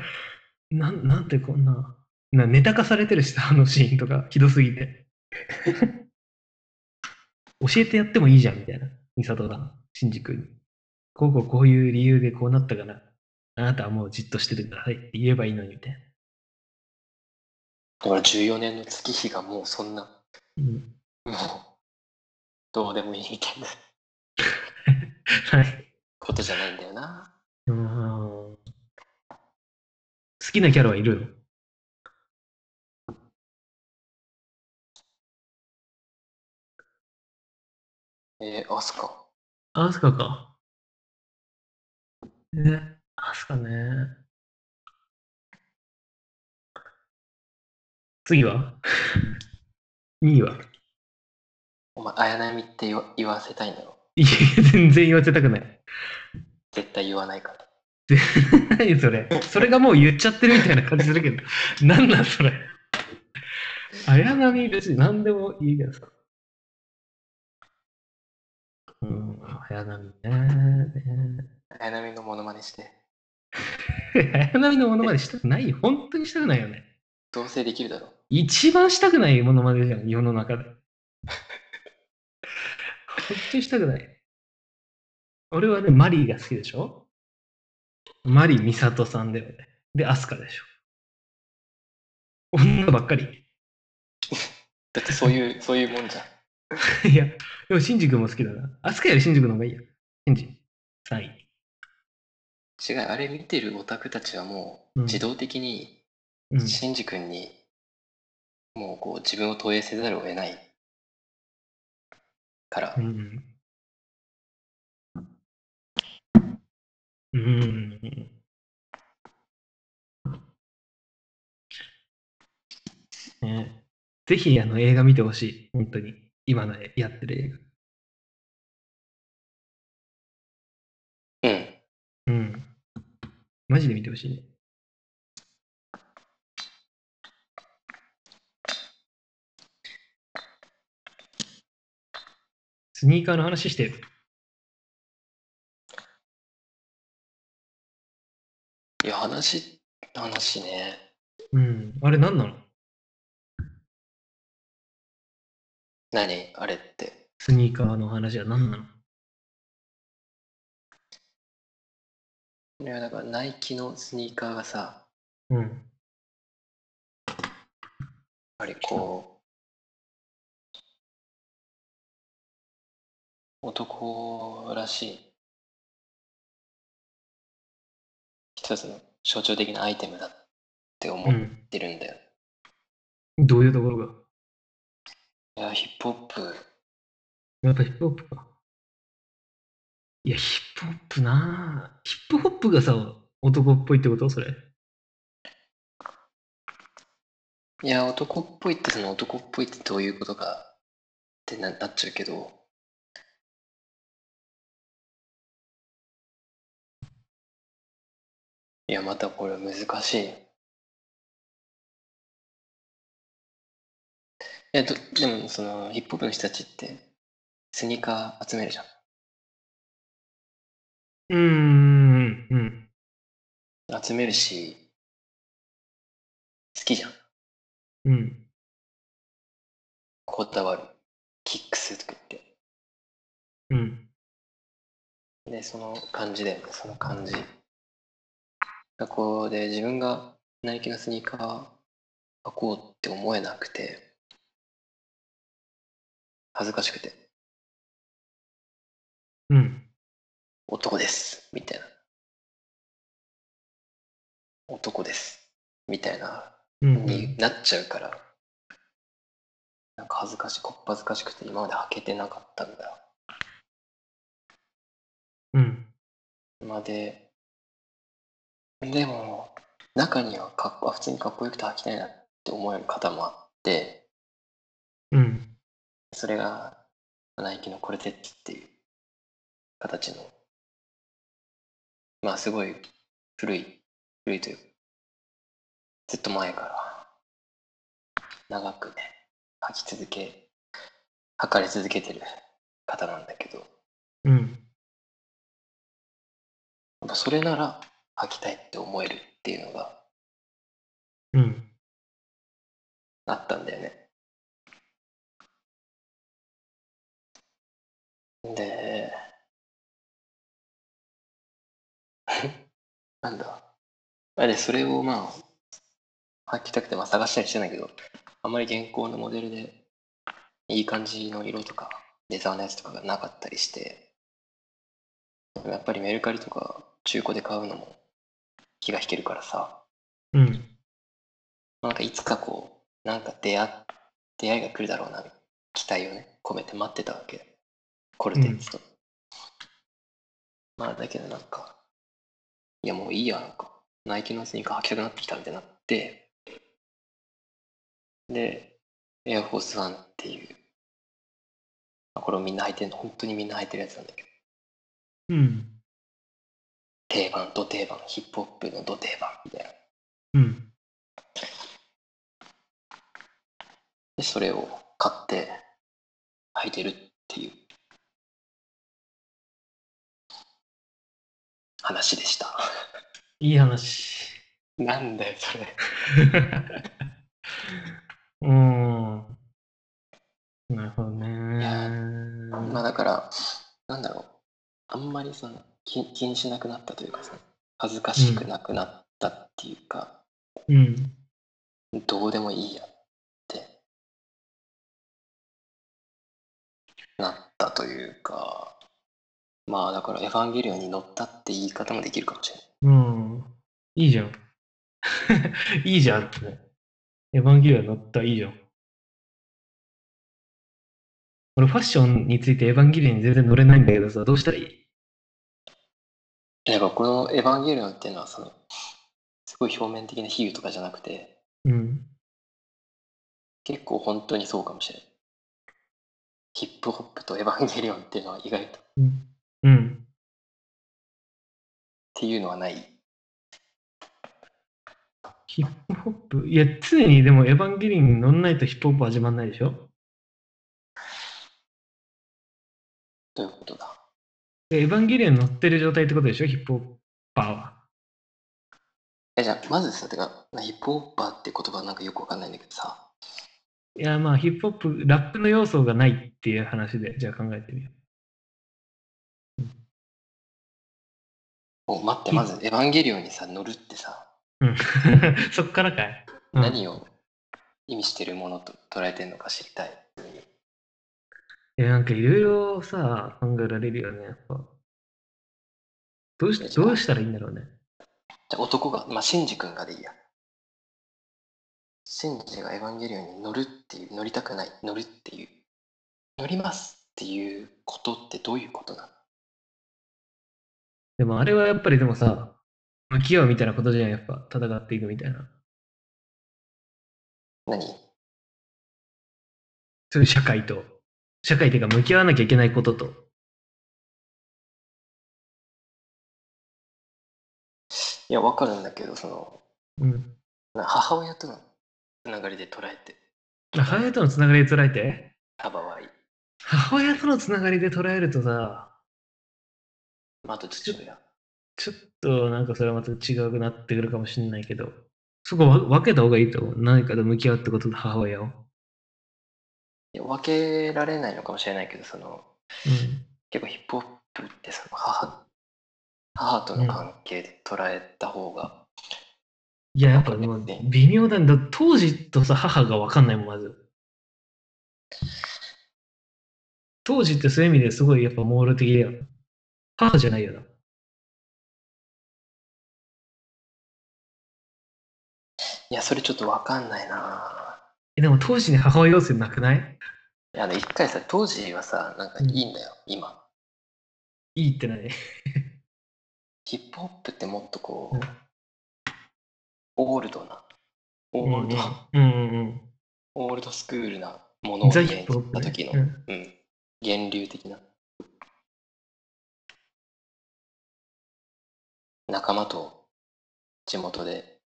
Speaker 2: なん、なんてこんな。なネタ化されてるしさ、あのシーンとか、ひどすぎて。 教えてやってもいいじゃん、みたいな。美里が、新宿に。こうこうこういう理由でこうなったから、あなたはもうじっとしててくださいって言えばいいのに、みたいな。
Speaker 3: だから14年の月日がもうそんな
Speaker 2: うん、
Speaker 3: もうどうでもいいみたいな
Speaker 2: はい。
Speaker 3: ことじゃないんだよな
Speaker 2: うーん好きなキャラはいるの
Speaker 3: えー、アスカ
Speaker 2: アスカか。ね、アスカね。次は ?2 位は
Speaker 3: お前、綾波って言わ言わせたいんだろ。
Speaker 2: いや、全然言わせたくない。
Speaker 3: 絶対言わないから。
Speaker 2: 何それそれがもう言っちゃってるみたいな感じするけど、なんなんそれ。綾波別に何でもいいやつ。うん、綾波ね。 ね
Speaker 3: 綾波のモノマネして、
Speaker 2: 綾波のものまでしたくないよ。本当にしたくないよね。
Speaker 3: 同棲できるだろ。
Speaker 2: 一番したくないものまでじゃん、世の中で。本当にしたくない。俺はね、マリーが好きでしょマリ・ミサトさんだよね。で、アスカでしょ。女ばっかり。
Speaker 3: だってそ ういう、そういうもんじゃん。
Speaker 2: いや、でも、シンジ君も好きだな。アスカよりシンジ君の方がいいや。シンジ、3位。
Speaker 3: 違う、あれ見てるオタクたちはも
Speaker 2: う
Speaker 3: うん自動的に、
Speaker 2: うん。
Speaker 3: シンジ君に、もうこう自分を投影せざるを得ないから、
Speaker 2: うん。うん。ね、ぜひあの映画見てほしい。本当に。今のやってる映画。
Speaker 3: うん。
Speaker 2: うん。マジで見てほしいね。スニーカーの話してよ。
Speaker 3: いや、話、話ね。
Speaker 2: うん。あれ何なの
Speaker 3: 何あれって。
Speaker 2: スニーカーの話は何なの
Speaker 3: いや、だからナイキのスニーカーがさ、
Speaker 2: うん。
Speaker 3: やっぱりこう、男らしい一つの象徴的なアイテムだって思
Speaker 2: う
Speaker 3: っ
Speaker 2: ん。
Speaker 3: てるんだよ。
Speaker 2: どういうところが
Speaker 3: いや、ヒップホップ、
Speaker 2: やっぱヒップホップか。いや、ヒップホップなぁ。ヒップホップがさ、男っぽいってことそれ。
Speaker 3: いや、男っぽいってその男っぽいってどういうことかってななっちゃうけど、いや、またこれ難しいよ。いや、どでもそのヒップホップの人たちってスニーカー集めるじゃん。
Speaker 2: うーん、うん。
Speaker 3: 集めるし、好きじゃん。
Speaker 2: うん。
Speaker 3: こだわる。キックスとか言って。
Speaker 2: うん。
Speaker 3: で、その感じだよね、その感じ。学校で自分がナイキのスニーカー履こうって思えなくて、恥ずかしくて、
Speaker 2: うん。
Speaker 3: 男です、みたいな。男です、みたいな、
Speaker 2: うん。うん。
Speaker 3: になっちゃうから、なんか恥ずかしい、こっぱずかしくて今まで履けてなかったんだ。
Speaker 2: うん。
Speaker 3: まで、でも、中にはかっこ、あ普通にかっこよくて履きたいなって思える方もあって、
Speaker 2: うん。
Speaker 3: それが、ナイキのコルテッチっていう形の、まあすごい古い、古いというか、ずっと前から、長くね、履き続け、履かれ続けてる方なんだけど、
Speaker 2: うん。
Speaker 3: やっぱそれなら履きたいって思えるっていうのが
Speaker 2: うん。
Speaker 3: あったんだよね。で、 なんだ。あれ、それをまあ、履きたくてまあ探したりしてないけど、あんまり現行のモデルでいい感じの色とか、デザーのやつとかがなかったりして、でもやっぱりメルカリとか中古で買うのも気が引けるからさ、
Speaker 2: うん。
Speaker 3: なんかいつかこう、なんか出会出会いが来るだろうな、期待をね、込めて待ってたわけ。コルテッツと。まあだけどなんか、いやもういいや、なんか、ナイキのスニーカー履きたくなってきたみたいになって、で、エアフォースワンっていう、まあこれをみんな履いてるの、本当にみんな履いてるやつなんだけど、
Speaker 2: うん。
Speaker 3: 定番、ド定番、ヒップホップのド定番みたいな。
Speaker 2: うん。
Speaker 3: で、それを買って履いてるっていう話でした。
Speaker 2: いい話。
Speaker 3: なんだよ、それ。
Speaker 2: うーん。なるほどね。
Speaker 3: まあだから、なんだろう。あんまりその気気にしなくなったというかさ、恥ずかしくなくなったっていうか、
Speaker 2: うん。
Speaker 3: どうでもいいやってなったというかまあだから「エヴァンゲリオン」に乗ったって言い方もできるかもしれない
Speaker 2: うん。いいじゃん。 いいじゃんってね。エヴァンゲリオン乗った、いいじゃん。俺、ファッションについてエヴァンゲリオンに全然乗れないんだけどさ、どうしたらいい
Speaker 3: だからこの「エヴァンゲリオン」っていうのはそのすごい表面的な比喩とかじゃなくて
Speaker 2: うん。
Speaker 3: 結構本当にそうかもしれないヒップホップと「エヴァンゲリオン」っていうのは意外とっ
Speaker 2: うん。
Speaker 3: ていうのはない
Speaker 2: ヒップホップ。いや、常にでもエヴァンゲリオンに乗んないとヒップホップ始まんないでしょ
Speaker 3: ということだ
Speaker 2: でエヴァンゲリオン乗ってる状態ってことでしょヒップホッパーは。
Speaker 3: えじゃあまずさてかヒップホッパーって言葉なんかよくわかんないんだけどさ
Speaker 2: いや、まあ、ヒップホップ、ラップの要素がないっていう話で、じゃあ考えてみよ
Speaker 3: お待って
Speaker 2: うん
Speaker 3: まず「エヴァンゲリオン」にさ乗るってさ、
Speaker 2: う。うん。 そっからかい。うん
Speaker 3: 何を意味してるものと捉えてるのか知りたい
Speaker 2: え、なんかいろいろさ、考えられるよね、やっぱ。どうしどうしたらいいんだろうね。
Speaker 3: じゃあ男がまあシンジ君がでいいやシンジが「エヴァンゲリオン」に乗るっていう乗りたくない乗るっていう乗りますっていうことってどういうことなの
Speaker 2: でもあれはやっぱりでもさ、向き合うみたいなことじゃん、やっぱ。戦っていくみたいな。
Speaker 3: 何
Speaker 2: そういう社会と。社会っていうか、向き合わなきゃいけないことと。
Speaker 3: いやわかるんだけどその
Speaker 2: うん。
Speaker 3: な母親とのつながりで捉えて
Speaker 2: 母親とのつながりで捉えて。
Speaker 3: た場合、
Speaker 2: 母親とのつながりで捉えるとさ、
Speaker 3: まあ、あと父親
Speaker 2: ちょっとなんかそれはまた違うくなってくるかもしれないけど、そこわ分けた方がいいと思う。何かと向き合うってことと母親を。うん。
Speaker 3: いや分けられないのかもしれないけどその結構ヒップホップってその母母との関係で捉えた方が、
Speaker 2: いや、やっぱでも微妙だんだ。当時とさ、母が分かんないもん、まず。当時ってそういう意味ですごいやっぱ網羅的だよ。母じゃないよな。
Speaker 3: いやそれちょっと分かんないな
Speaker 2: えでも当時に母親要請なくない
Speaker 3: いやで一回さ当時はさなんかいいんだよ、今
Speaker 2: いいってない。
Speaker 3: ヒップホップってもっとこう、
Speaker 2: うん
Speaker 3: オールドなオールド、
Speaker 2: うんうん
Speaker 3: オールドスクールなも
Speaker 2: う
Speaker 3: の
Speaker 2: ん。
Speaker 3: を
Speaker 2: ザ・
Speaker 3: 家
Speaker 2: ヒッ
Speaker 3: に
Speaker 2: プ
Speaker 3: 行
Speaker 2: ホ
Speaker 3: っ
Speaker 2: ップ
Speaker 3: た
Speaker 2: ね、
Speaker 3: 時の、
Speaker 2: うん
Speaker 3: うん、源流的な仲間と地元で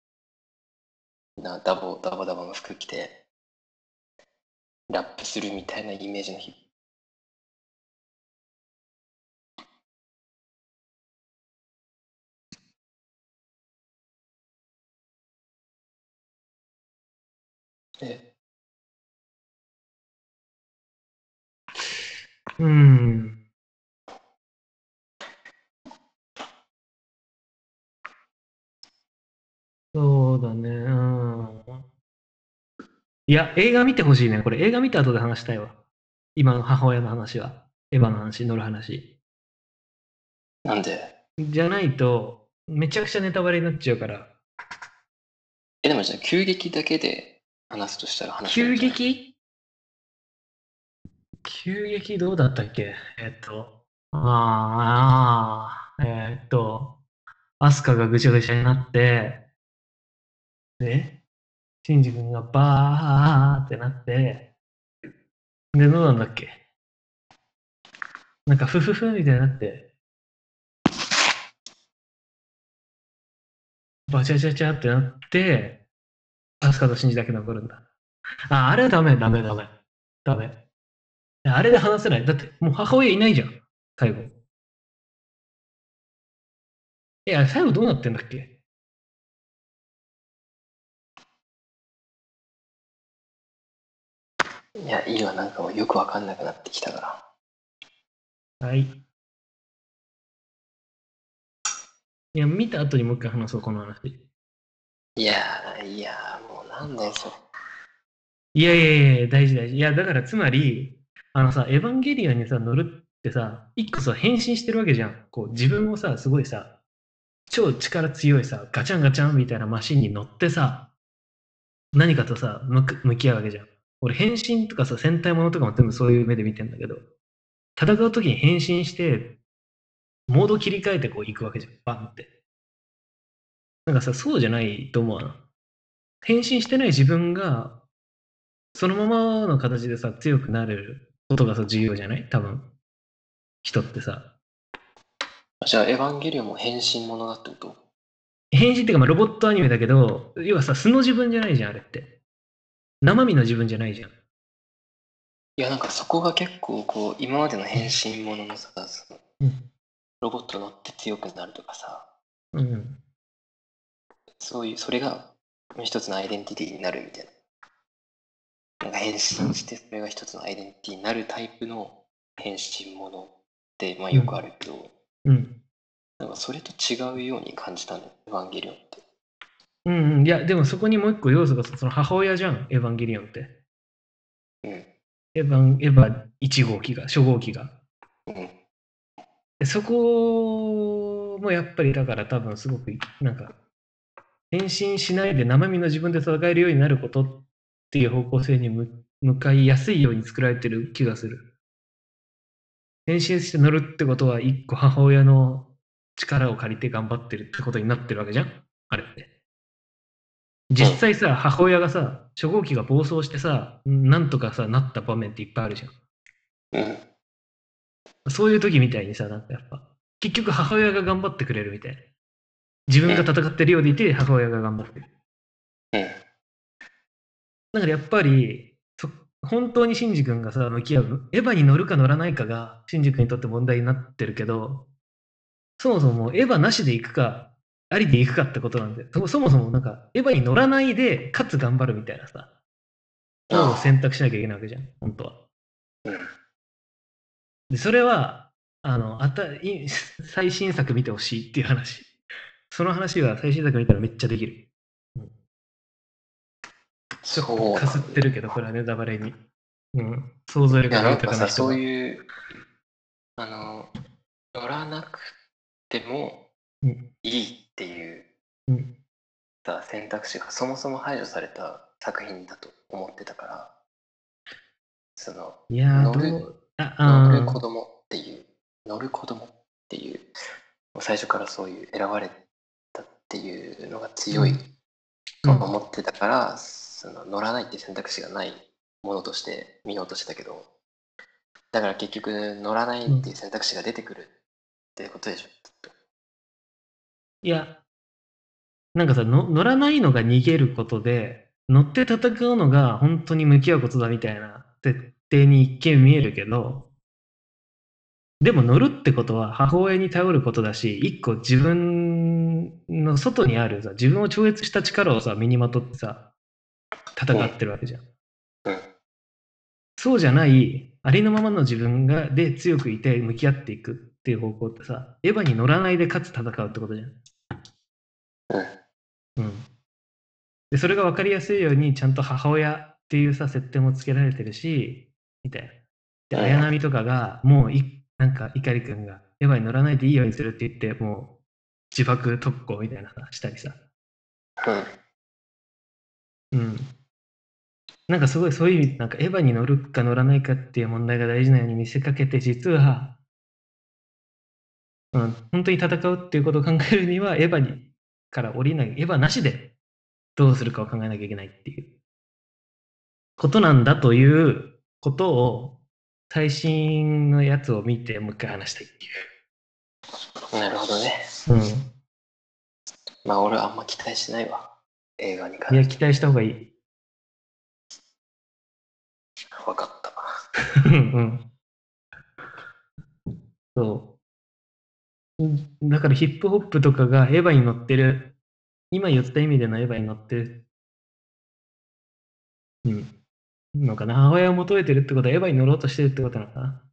Speaker 3: なダボダボダボの服着てラップするみたいなイメージの日え
Speaker 2: うん。そうだね。うん。いや、映画見てほしいね。これ映画見た後で話したいわ。今の母親の話は。エヴァの話、乗る話。
Speaker 3: なんで
Speaker 2: じゃないと、めちゃくちゃネタバレになっちゃうから。
Speaker 3: えでもじゃあ急激だけで話すとしたら話せる
Speaker 2: 急
Speaker 3: んじゃない
Speaker 2: 激急激どうだったっけえっと、あーあー、えっと、アスカがぐちゃぐちゃになって、で、シンジ君がバーってなって、で、どうなんだっけなんか、ふふふみたいになって、バチャチャチャってなって、アスカとシンジだけ残るんだ。あ、あれはダメ、ダメ、ダメ。ダメ。あれで話せない。だって、もう母親いないじゃん。最後。いや、最後どうなってんだっけ
Speaker 3: いやいいわなんかもうよくわかんなくなってきたから
Speaker 2: はい。いや、見た後にもう一回話そう、この話。
Speaker 3: いやー、いやー、もうなんだよ、それ。
Speaker 2: いやいやいや、大事大事。いや、だからつまり、あのさ、エヴァンゲリオンにさ、乗るってさ、一個さ、変身してるわけじゃん。こう、自分もさ、すごいさ、超力強いさ、ガチャンガチャンみたいなマシンに乗ってさ、何かとさ、向く向き合うわけじゃん。俺、変身とかさ、戦隊ものとかも全部そういう目で見てんだけど、戦う時に変身して、モード切り替えてこう行くわけじゃん。バンって。なんかさ、そうじゃないと思うな。変身してない自分がそのままの形でさ、強くなることがさ、重要じゃない多分。人ってさ。
Speaker 3: じゃあ、エヴァンゲリオンも変身ものだってこと
Speaker 2: 変身っていうか、まあ、ロボットアニメだけど、要はさ、素の自分じゃないじゃん、あれって。生身の自分じゃないじゃん。
Speaker 3: いや、なんかそこが結構、こう、今までの変身もののさ、その
Speaker 2: うん
Speaker 3: ロボット乗って強くなるとかさ、
Speaker 2: うん。
Speaker 3: そういう、それが一つのアイデンティティになるみたいな。なんか変身して、それが一つのアイデンティティになるタイプの変身ものって、まあよくあるけど、
Speaker 2: うん。
Speaker 3: なんかそれと違うように感じたのよ、エヴァンゲリオンって。
Speaker 2: うんうん。いや、でもそこにもう一個要素がさ、その母親じゃん、エヴァンゲリオンって。エヴァン、エヴァ1号機が、初号機が。
Speaker 3: うん。うん。
Speaker 2: でそこもやっぱりだから多分すごくなんか変身しないで生身の自分で戦えるようになることっていう方向性に向向かいやすいように作られてる気がする。変身して乗るってことは一個母親の力を借りて頑張ってるってことになってるわけじゃんあれって。実際さ、母親がさ、初号機が暴走してさ、なんとかさ、なった場面っていっぱいあるじゃん。
Speaker 3: うん。
Speaker 2: そういう時みたいにさ、なんかやっぱ、結局母親が頑張ってくれるみたいな。自分が戦ってるようでいて、母親が頑張ってる。
Speaker 3: うん。
Speaker 2: だからやっぱり、そ本当にシンジ君がさ、向き合う、エヴァに乗るか乗らないかが、シンジ君にとって問題になってるけど、そもそもエヴァなしで行くか、ありで行くかってことなんで、そそもそもなんか、エヴァに乗らないで、かつ頑張るみたいなさ、のを選択しなきゃいけないわけじゃん、本当は。
Speaker 3: うん。
Speaker 2: で、それは、あの、あた、い 最新作見てほしいっていう話。その話は最新作見たらめっちゃできる。
Speaker 3: そう
Speaker 2: かすってるけど、これはネタバレに。うん。想像力
Speaker 3: いや、な
Speaker 2: が
Speaker 3: んか
Speaker 2: 豊かな
Speaker 3: さ、
Speaker 2: 人
Speaker 3: そう
Speaker 2: が。
Speaker 3: いう、あの、乗らなくても
Speaker 2: うん
Speaker 3: いいっていう
Speaker 2: うん。
Speaker 3: さ選択肢がそもそも排除された作品だと思ってたから、その、
Speaker 2: いや
Speaker 3: 乗
Speaker 2: ー、
Speaker 3: る
Speaker 2: どう、あ、
Speaker 3: 乗
Speaker 2: あ
Speaker 3: る子
Speaker 2: ー
Speaker 3: 供っていう、乗る子供っていう、もう最初からそういう選ばれたっていうのが強いと
Speaker 2: うん
Speaker 3: 思ってたから、その乗らないって選択肢がないものとして見ようとしてたけど、だから結局乗らないっていう選択肢が出てくるってことでしょ。
Speaker 2: いや、なんかさの、乗らないのが逃げることで、乗って戦うのが本当に向き合うことだみたいな設定に一見見えるけど、でも乗るってことは母親に頼ることだし、一個自分の外にあるさ、自分を超越した力をさ、身にまとってさ、戦ってるわけじゃん。
Speaker 3: うん
Speaker 2: そうじゃない、ありのままの自分がで強くいて向き合っていくっていう方向ってさ、エヴァに乗らないでかつ戦うってことじゃん。
Speaker 3: うん
Speaker 2: うん、でそれが分かりやすいようにちゃんと母親っていうさ設定もつけられてるしみたいな。で
Speaker 3: うん
Speaker 2: 綾波とかがもういなんか碇君が「エヴァに乗らないでいいようにする」って言ってもう自爆特攻みたいなさしたりさ。
Speaker 3: うん
Speaker 2: うんなんかすごいそういう意味なんかエヴァに乗るか乗らないかっていう問題が大事なように見せかけて実は、うん、本当に戦うっていうことを考えるにはエヴァにから降りないエヴァなしでどうするかを考えなきゃいけないっていうことなんだということを最新のやつを見てもう一回話したいってい
Speaker 3: なるほどね。
Speaker 2: う、う
Speaker 3: まあ俺はあんま期待しないわ。映画
Speaker 2: ん、
Speaker 3: に
Speaker 2: い
Speaker 3: 関
Speaker 2: や
Speaker 3: して
Speaker 2: 期待した方がいい
Speaker 3: 分かった。
Speaker 2: うん。そう。んだからヒップホップとかがエヴァに乗ってる、今言った意味でのエヴァに乗ってる、うん、のかな。母親を求めてるってことはエヴァに乗ろうとしてるってことなのかな。